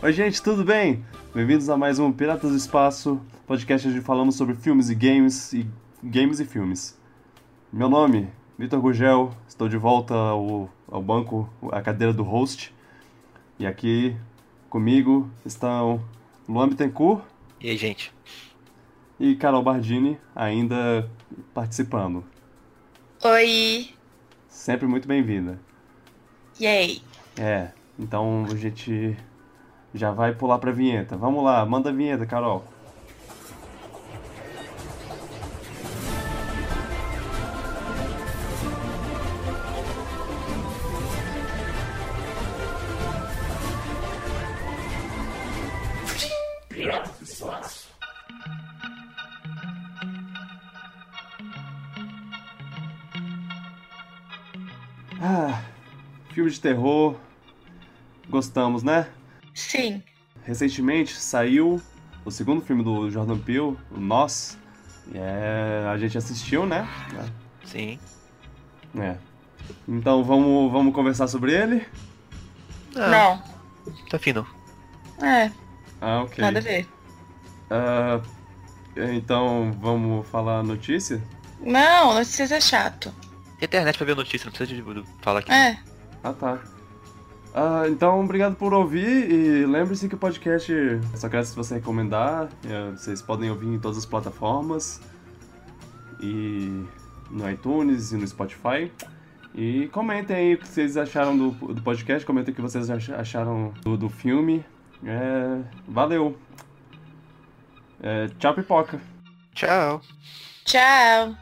Oi, gente, tudo bem? Bem-vindos a mais um Piratas do Espaço, podcast onde falamos sobre filmes e games e games e filmes. Meu nome, Vitor Gugel, estou de volta ao, ao banco, à cadeira do host. E aqui comigo estão Luan Bittencourt E aí, gente? e Carol Bardini, ainda participando. Oi! Sempre muito bem-vinda. E aí? É, então a gente já vai pular pra vinheta. Vamos lá, manda a vinheta, Carol. Ah, filme de terror. Gostamos, né? Sim. Recentemente saiu o segundo filme do Jordan Peele, o Nós. É, a gente assistiu, né? Sim. É. Então vamos, vamos conversar sobre ele? Ah, Não. tá fino. É, Ah, ok. nada a ver. Ah, então vamos falar a notícia? Não, notícias é chato. Tem internet pra ver notícia, não precisa de, de falar aqui. É. Ah, tá. Ah, então, obrigado por ouvir e lembre-se que o podcast só cresce se você recomendar. É, vocês podem ouvir em todas as plataformas e no iTunes e no Spotify. E comentem aí o que vocês acharam do, do podcast, comentem o que vocês ach- acharam do, do filme. É, valeu! É, tchau, pipoca! Tchau. Tchau!